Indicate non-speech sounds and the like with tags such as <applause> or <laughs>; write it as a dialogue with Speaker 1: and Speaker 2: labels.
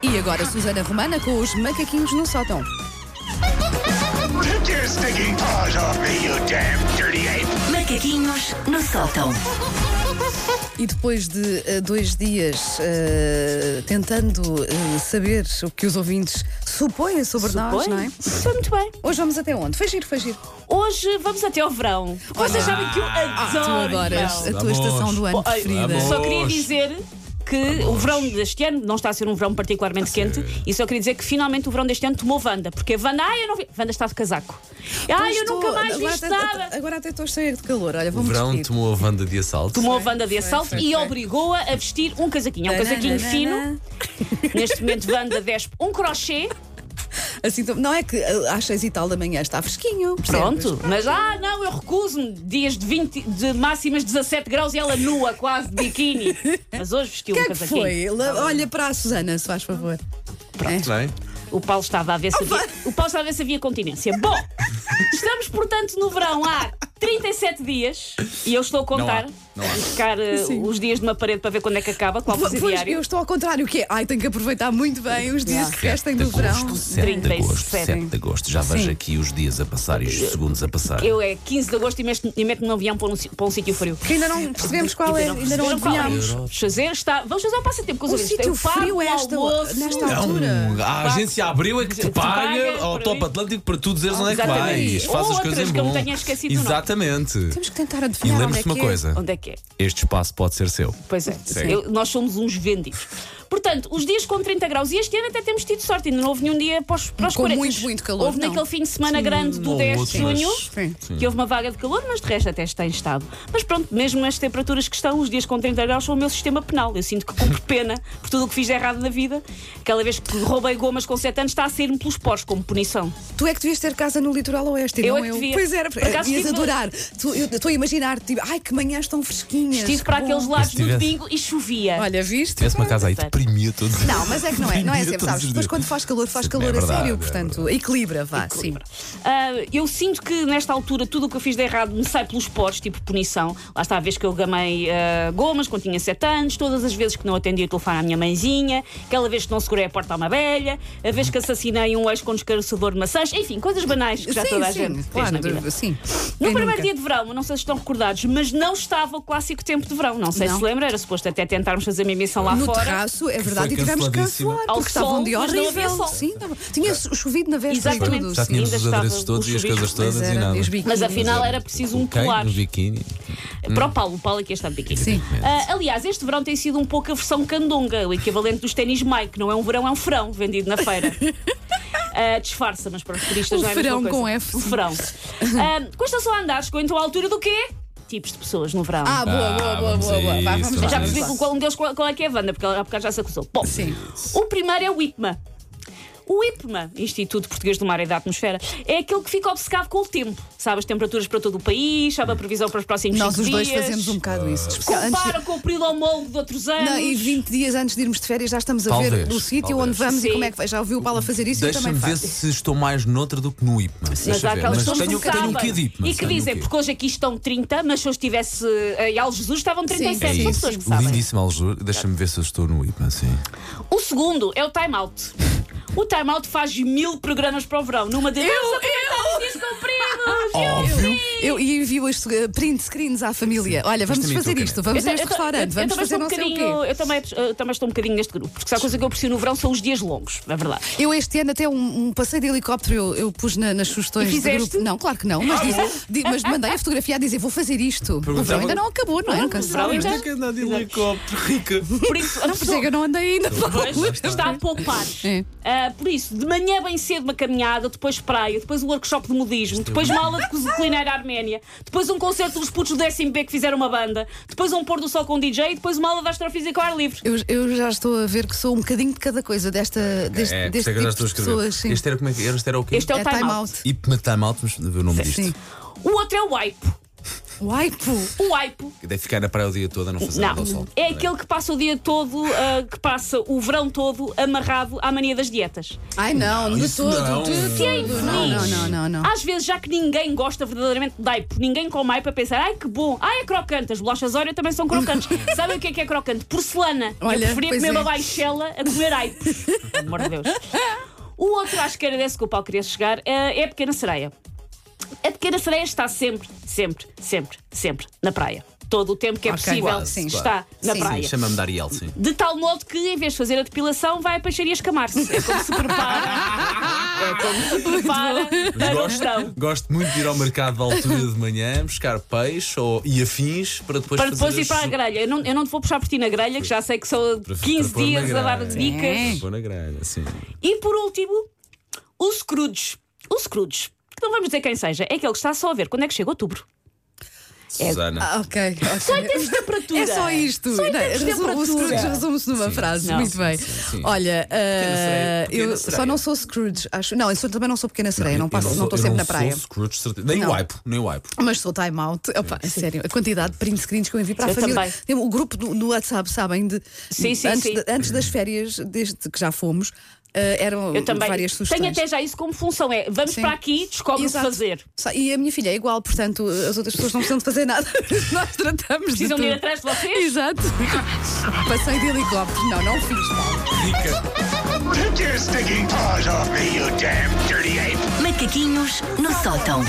Speaker 1: E agora Susana Romana com os macaquinhos no sótão.
Speaker 2: Take your stinking paws off me, you damn dirty ape!
Speaker 3: Macaquinhos no sótão.
Speaker 1: E depois de eh, dois dias eh, tentando eh, saber o que os ouvintes supõem sobre nós,
Speaker 4: Supõe?
Speaker 1: não é?
Speaker 4: Foi muito bem.
Speaker 1: Hoje vamos até onde? Foi giro, foi giro.
Speaker 4: Hoje vamos até ao verão. Vocês sabem que eu adoro.
Speaker 1: Ah. tu adoras
Speaker 4: verão.
Speaker 1: a tua
Speaker 5: Vamos.
Speaker 1: estação do ano
Speaker 4: Oh, ai,
Speaker 1: preferida.
Speaker 5: Vamos.
Speaker 4: Só queria dizer que o verão deste ano não está a ser um verão particularmente quente e só queria dizer que finalmente o verão deste ano tomou Wanda, porque a Wanda, ai, eu não vi. Wanda está de casaco. Ai, eu
Speaker 1: Estou-
Speaker 4: nunca mais vi
Speaker 1: agora
Speaker 4: isto
Speaker 1: até-
Speaker 4: nada.
Speaker 1: Agora até estou cheia de calor, olha,
Speaker 5: O
Speaker 1: vamos
Speaker 5: verão
Speaker 1: despedir.
Speaker 5: tomou a banda de assalto.
Speaker 4: Tomou a Wanda de
Speaker 1: Foi, foi,
Speaker 4: assalto
Speaker 1: foi,
Speaker 4: e
Speaker 1: foi.
Speaker 4: obrigou-a a vestir um casaquinho. É um casaquinho fino.
Speaker 1: Nananana.
Speaker 4: Neste momento, Wanda despe um crochê.
Speaker 1: Assim, tam- não é que eh, às seis e tal da manhã está fresquinho. percebes?
Speaker 4: Pronto, mas ah, não, eu recuso-me. Dias de 20, de máximas 17 graus e ela nua, quase de biquíni. Mas hoje vestiu
Speaker 1: O
Speaker 4: um
Speaker 1: que é que
Speaker 4: casaquinho.
Speaker 1: foi? La- Olha para a Susana, se faz favor.
Speaker 5: Muito
Speaker 4: é?
Speaker 5: bem.
Speaker 4: O Paulo estava a ver se havia, o Paulo estava a ver se havia continência. Bom, estamos portanto no verão há 37 dias e eu estou a contar
Speaker 5: há, não há.
Speaker 4: e ficar eh, os dias numa parede para ver quando é que acaba, qual vai
Speaker 1: Pois,
Speaker 4: ser
Speaker 1: eu
Speaker 4: diário.
Speaker 1: estou ao contrário, que é, ai, tenho que aproveitar muito bem os dias que restem do verão.
Speaker 5: 7 de agosto,
Speaker 4: 37.
Speaker 5: 7 de agosto. Já vejo aqui os dias a passar e os segundos a passar.
Speaker 4: Eu é 15 de agosto e meto- e meto-me num avião para um, si- para um sítio frio.
Speaker 1: Que ainda não percebemos qual é, ainda não
Speaker 4: Perceberam qual é?
Speaker 1: adivinhámos.
Speaker 4: Vamos fazer, está, vamos fazer um passatempo com os
Speaker 1: O
Speaker 4: ouvintes.
Speaker 1: sítio
Speaker 4: Eu pago
Speaker 1: frio é
Speaker 4: o
Speaker 1: esta-
Speaker 4: almoço.
Speaker 1: nesta
Speaker 5: Não, É um a agência abriu é que te
Speaker 4: Te paga
Speaker 5: paga ao
Speaker 4: por
Speaker 5: Top
Speaker 4: aí.
Speaker 5: Atlântico para tu dizeres onde é que
Speaker 4: Exatamente.
Speaker 5: vais.
Speaker 4: Ou
Speaker 5: Faz as
Speaker 4: outras
Speaker 5: coisas em
Speaker 4: que eu me
Speaker 5: bom.
Speaker 4: tenha esquecido o nome.
Speaker 5: Exatamente.
Speaker 1: Temos que tentar
Speaker 5: E
Speaker 1: adivinhar. onde
Speaker 5: lembro-te
Speaker 1: é
Speaker 5: de uma
Speaker 1: que é.
Speaker 5: coisa:
Speaker 4: Onde é que é?
Speaker 5: este espaço pode ser seu.
Speaker 4: Pois é,
Speaker 5: Sim.
Speaker 4: Eu- nós somos uns vendidos. Portanto, os dias com 30 graus, e este ano até temos tido sorte, ainda não houve nenhum dia para os, para os
Speaker 1: Com
Speaker 4: 40.
Speaker 1: muito, muito calor,
Speaker 4: Houve
Speaker 1: não.
Speaker 4: naquele fim de semana grande do
Speaker 5: um
Speaker 4: 10 de
Speaker 5: outro,
Speaker 4: junho,
Speaker 1: mas- Sim.
Speaker 4: que houve uma vaga de calor, mas de resto até está instável. Mas pronto, mesmo as temperaturas que estão, os dias com 30 graus são o meu sistema penal. Eu sinto que
Speaker 5: <laughs>
Speaker 4: cumpro pena por tudo o que fiz de errado na vida. Aquela vez que roubei gomas com 7 anos, está a sair-me pelos poros como punição.
Speaker 1: Tu é que devias ter casa no litoral oeste, e
Speaker 4: Eu
Speaker 1: não
Speaker 4: é que
Speaker 1: eu.
Speaker 4: devia.
Speaker 1: Pois era,
Speaker 4: Por acaso
Speaker 1: ias
Speaker 4: estive no-
Speaker 1: adorar. Tu- eu estou a imaginar, tipo, ai, que manhãs tão fresquinhas.
Speaker 4: Estive
Speaker 1: que
Speaker 4: para
Speaker 1: bom.
Speaker 4: aqueles lados
Speaker 5: Se
Speaker 4: no
Speaker 5: tivesse-
Speaker 4: domingo e chovia.
Speaker 1: é Olha, viste?
Speaker 5: Tivesse uma
Speaker 4: Ah,
Speaker 5: casa aí,
Speaker 4: Exato.
Speaker 5: deprimia todos.
Speaker 1: Não, mas é que não é, não é
Speaker 5: Deprimia
Speaker 1: sempre,
Speaker 5: todos
Speaker 1: sabes?
Speaker 5: os
Speaker 1: Depois
Speaker 5: dias.
Speaker 1: quando faz calor, faz
Speaker 5: É
Speaker 1: calor a
Speaker 5: verdade,
Speaker 1: sério,
Speaker 5: é
Speaker 1: portanto, equilibra, vá, sim.
Speaker 4: Ah, eu sinto que nesta altura tudo o que eu fiz de errado me sai pelos poros, tipo punição. Lá está a vez que eu gamei ah, gomas quando tinha 7 anos, todas as vezes que não atendi o telefone à minha mãezinha, aquela vez que não segurei a porta a uma velha, a vez que assassinei um ex com um descaroçador de maçãs, enfim, coisas banais que já
Speaker 1: sim,
Speaker 4: toda a
Speaker 1: sim,
Speaker 4: gente fez
Speaker 1: claro,
Speaker 4: na vida.
Speaker 1: sim.
Speaker 4: No
Speaker 1: Quem
Speaker 4: primeiro
Speaker 1: nunca?
Speaker 4: dia de verão, não sei se estão recordados, mas não estava o clássico tempo de verão. Não sei
Speaker 1: Não.
Speaker 4: se lembra, era suposto até tentarmos fazer uma emissão lá
Speaker 1: no
Speaker 4: fora.
Speaker 1: terraço, é verdade, e tivemos que
Speaker 5: canceladíssima.
Speaker 1: cancelar,
Speaker 4: Ao
Speaker 1: porque
Speaker 4: sol,
Speaker 1: estavam de
Speaker 4: mas não
Speaker 1: horrível.
Speaker 4: havia sol.
Speaker 1: Sim, estava- tinha cho- chovido na véspera e
Speaker 4: Exatamente.
Speaker 1: é tudo. assim.
Speaker 5: Já
Speaker 1: sim.
Speaker 5: tínhamos
Speaker 4: Ainda
Speaker 5: os adereços
Speaker 4: estava
Speaker 5: todos
Speaker 4: o
Speaker 5: e as coisas
Speaker 4: chuvisco,
Speaker 5: todas
Speaker 1: Mas
Speaker 5: e
Speaker 1: era-
Speaker 5: nada.
Speaker 1: e os biquínis.
Speaker 4: Mas afinal era preciso um
Speaker 5: Ok,
Speaker 4: colar. É
Speaker 5: no biquíni.
Speaker 4: Para o Paulo, o Paulo aqui está de biquíni.
Speaker 1: Sim.
Speaker 4: Ah, aliás, este verão tem sido um pouco a versão candonga, o equivalente dos ténis Mike. Não é um verão, é um frão vendido na
Speaker 1: <laughs>
Speaker 4: feira. Ah, disfarça, mas para os turistas
Speaker 1: Um
Speaker 4: não é a mesma
Speaker 1: frão
Speaker 4: coisa.
Speaker 1: com F,
Speaker 4: Um
Speaker 1: sim.
Speaker 4: frão. Ah, custa só andar, chegou então à altura do quê? Tipos de pessoas no verão.
Speaker 1: Ah, boa, boa,
Speaker 5: Ah,
Speaker 1: boa,
Speaker 5: vamos
Speaker 1: boa,
Speaker 5: a
Speaker 1: boa. Vai,
Speaker 5: isso,
Speaker 1: vamos
Speaker 5: vamos
Speaker 4: já
Speaker 5: a
Speaker 4: percebi
Speaker 5: isso.
Speaker 4: com qual, um deles, qual, qual é que é a Wanda, porque ela há bocado já se acusou. Bom,
Speaker 1: Sim.
Speaker 4: o primeiro é o IPMA. O IPMA, Instituto Português do Mar e da Atmosfera, é aquele que fica obcecado com o tempo. Sabe as temperaturas para todo o país, sabe a previsão para os próximos
Speaker 1: Nós
Speaker 4: cinco
Speaker 1: os dois
Speaker 4: dias.
Speaker 1: fazemos um bocado isso. Especial- antes de-
Speaker 4: Compara com o período homólogo de outros anos.
Speaker 1: Não, e 20 dias antes de irmos de férias já estamos a ver
Speaker 5: Talvez,
Speaker 1: do sítio
Speaker 5: talvez.
Speaker 1: onde vamos e
Speaker 4: Sim.
Speaker 1: como é que vai. Já ouviu o Paulo a fazer isso? Eu também
Speaker 5: Deixa-me ver
Speaker 1: faço.
Speaker 5: se estou mais noutra do que no IPMA.
Speaker 4: Mas há
Speaker 5: Deixa ver.
Speaker 4: aquelas
Speaker 5: Mas
Speaker 4: pessoas
Speaker 5: tenho,
Speaker 4: que
Speaker 5: tenho um
Speaker 4: sabem
Speaker 5: quê de IPMA?
Speaker 4: e que
Speaker 5: Tenho um
Speaker 4: dizem,
Speaker 5: quê?
Speaker 4: porque hoje aqui estão 30, mas se eu estivesse eh, em Algesur estavam 37.
Speaker 1: Sim,
Speaker 4: São
Speaker 1: sim,
Speaker 4: pessoas que sabem.
Speaker 5: Lindíssimo É Aljur. Deixa-me ver se eu estou no IPMA, sim.
Speaker 4: O segundo é o time-out. O time-out faz mil programas para o verão. Numa de eu, eu, dias compridos.
Speaker 5: Óbvio.
Speaker 1: Eu e envio as eh, print screens à família. Olha,
Speaker 5: Mas
Speaker 1: vamos
Speaker 5: também
Speaker 1: fazer
Speaker 5: estou
Speaker 1: isto, vamos a
Speaker 4: Eu
Speaker 1: este
Speaker 4: ta- eu-
Speaker 1: restaurante,
Speaker 4: eu
Speaker 1: vamos
Speaker 4: também
Speaker 1: fazer
Speaker 4: estou um
Speaker 1: não sei o
Speaker 4: bocadinho-
Speaker 1: quê.
Speaker 4: Eu também, eu também estou um bocadinho neste grupo, porque se há coisa que eu preciso no verão são os dias longos, é verdade.
Speaker 1: Eu este ano até um, um passeio de helicóptero eu, eu pus na- nas sugestões
Speaker 4: E
Speaker 1: do
Speaker 4: fizeste?
Speaker 1: grupo. Não, claro que não, mas, disse- di- mas mandei a fotografia a dizer vou fazer isto. O verão
Speaker 5: Perguntava-
Speaker 1: ainda não acabou, não é? Não cancelaram.
Speaker 4: verão ainda-
Speaker 1: Não,
Speaker 4: que
Speaker 5: andar de helicóptero, rica.
Speaker 4: Por isso, a
Speaker 1: por isso é
Speaker 4: pessoa-
Speaker 1: que eu não andei ainda.
Speaker 4: <laughs> Pois, está a poupar.
Speaker 1: É.
Speaker 4: Ah, por isso, de manhã bem cedo uma caminhada, depois praia, depois um workshop de
Speaker 5: é
Speaker 4: modismo, depois uma aula de cozi- culinária arménia, depois um concerto dos putos do SMB que fizeram uma banda, depois um pôr do sol com um DJ e depois uma aula de astrofísica ao ar livre.
Speaker 1: Eu, eu já estou a ver que sou um bocadinho de cada coisa desta, deste,
Speaker 5: É,
Speaker 1: deste
Speaker 5: desta
Speaker 1: tipo de
Speaker 5: já estou a escrever.
Speaker 1: pessoas. sim.
Speaker 5: Este era como é que era? Este era o quê?
Speaker 4: Este é o
Speaker 1: é
Speaker 4: time
Speaker 1: time
Speaker 4: out.
Speaker 1: out.
Speaker 5: IPMA Time Out, vamos ver o nome disto.
Speaker 1: Sim.
Speaker 4: O outro é o wipe.
Speaker 1: O aipo.
Speaker 4: O aipo
Speaker 5: Que deve ficar na praia o dia todo a não fazer nada
Speaker 4: Não,
Speaker 5: ao sol.
Speaker 4: é aquele que passa o dia todo, ah, que passa o verão todo amarrado à mania das dietas.
Speaker 1: Ai não, de
Speaker 5: isso
Speaker 1: todo,
Speaker 5: não.
Speaker 1: de
Speaker 5: Isso
Speaker 4: é
Speaker 1: todo. Não, não,
Speaker 4: infeliz.
Speaker 1: não, não, não.
Speaker 4: Às vezes, já que ninguém gosta verdadeiramente de aipo, ninguém come aipo a pensar, ai que bom, ai é crocante, as bolachas Oreo também são crocantes.
Speaker 1: <laughs>
Speaker 4: Sabem o que é que é crocante? Porcelana.
Speaker 1: Olha,
Speaker 4: Eu preferia
Speaker 1: pois
Speaker 4: comer uma
Speaker 1: é.
Speaker 4: baixela a
Speaker 1: <laughs>
Speaker 4: comer aipos. Pelo amor de Deus. O outro, acho que era desse que o Paulo queria chegar, eh, é a pequena sereia. A pequena sereia está sempre, sempre, sempre, sempre na praia. Todo o tempo que é
Speaker 1: Ok,
Speaker 4: possível
Speaker 1: quase, sim.
Speaker 4: está na
Speaker 1: Sim.
Speaker 4: praia.
Speaker 5: Sim, Chama-me Dariel, sim.
Speaker 4: De tal modo que, em vez de fazer a depilação, vai a peixaria escamar-se. É como se
Speaker 1: <laughs>
Speaker 4: prepara. É como se prepara para o verão.
Speaker 5: gosto muito de ir ao mercado da altura de manhã buscar peixe ou, e afins para depois
Speaker 4: Para
Speaker 5: fazer
Speaker 4: depois ir
Speaker 5: as-
Speaker 4: para a grelha. Eu não, eu não te vou puxar por ti na grelha, que já sei que são
Speaker 5: Para- para
Speaker 4: 15
Speaker 5: pôr na
Speaker 4: dias a dar
Speaker 5: grelha.
Speaker 1: É.
Speaker 4: dicas.
Speaker 5: Pôr na grelha, sim.
Speaker 4: E por último, o Scrooge. O Scrooge, que não vamos dizer quem seja, é aquele que está só a ver quando é que chega outubro. É,
Speaker 5: Susana.
Speaker 1: Ah, ok. ok.
Speaker 4: Só em termos de temperatura.
Speaker 1: É só isto.
Speaker 4: Só em
Speaker 1: Não,
Speaker 4: termos de
Speaker 1: resu- o
Speaker 4: temperatura.
Speaker 1: Scrooge resume-se numa
Speaker 5: Sim,
Speaker 1: frase.
Speaker 4: sim,
Speaker 1: Muito
Speaker 5: sim,
Speaker 1: bem.
Speaker 5: sim, sim.
Speaker 1: Olha,
Speaker 5: sereia,
Speaker 1: eh,
Speaker 5: pequena
Speaker 1: eu
Speaker 5: sereia.
Speaker 1: só não sou Scrooge, acho. Não, eu sou- também não sou pequena sereia, não
Speaker 5: Eu
Speaker 1: passo,
Speaker 5: sou-
Speaker 1: não estou
Speaker 5: eu
Speaker 1: sempre
Speaker 5: não
Speaker 1: na
Speaker 5: sou
Speaker 1: praia.
Speaker 5: Scrooge, certeza. nem
Speaker 1: Não.
Speaker 5: o wipe, nem o wipe.
Speaker 1: Mas sou time out. Opa, sério, a quantidade de print screens que eu envio para a
Speaker 4: Eu
Speaker 1: família.
Speaker 4: também.
Speaker 1: Tem O grupo do, do WhatsApp, sabem? De,
Speaker 4: Sim, sim,
Speaker 1: antes,
Speaker 4: sim.
Speaker 1: de- antes das férias, desde que já fomos, eh, eram
Speaker 4: Eu também
Speaker 1: várias sugestões.
Speaker 4: tenho até já isso como função: é vamos
Speaker 1: Sim.
Speaker 4: para aqui, descobre o que
Speaker 1: Exato.
Speaker 4: fazer.
Speaker 1: Só- E a minha filha é igual, portanto, as outras pessoas não precisam de fazer nada. <laughs> Nós tratamos
Speaker 4: Precisam
Speaker 1: de
Speaker 4: de ir
Speaker 1: tudo.
Speaker 4: atrás de vocês? <laughs>
Speaker 1: Exato. Passei de helicóptero. Não, não fiz mal.
Speaker 2: Take your stinking paws off me, you damn dirty ape!
Speaker 3: Macaquinhos no sótão.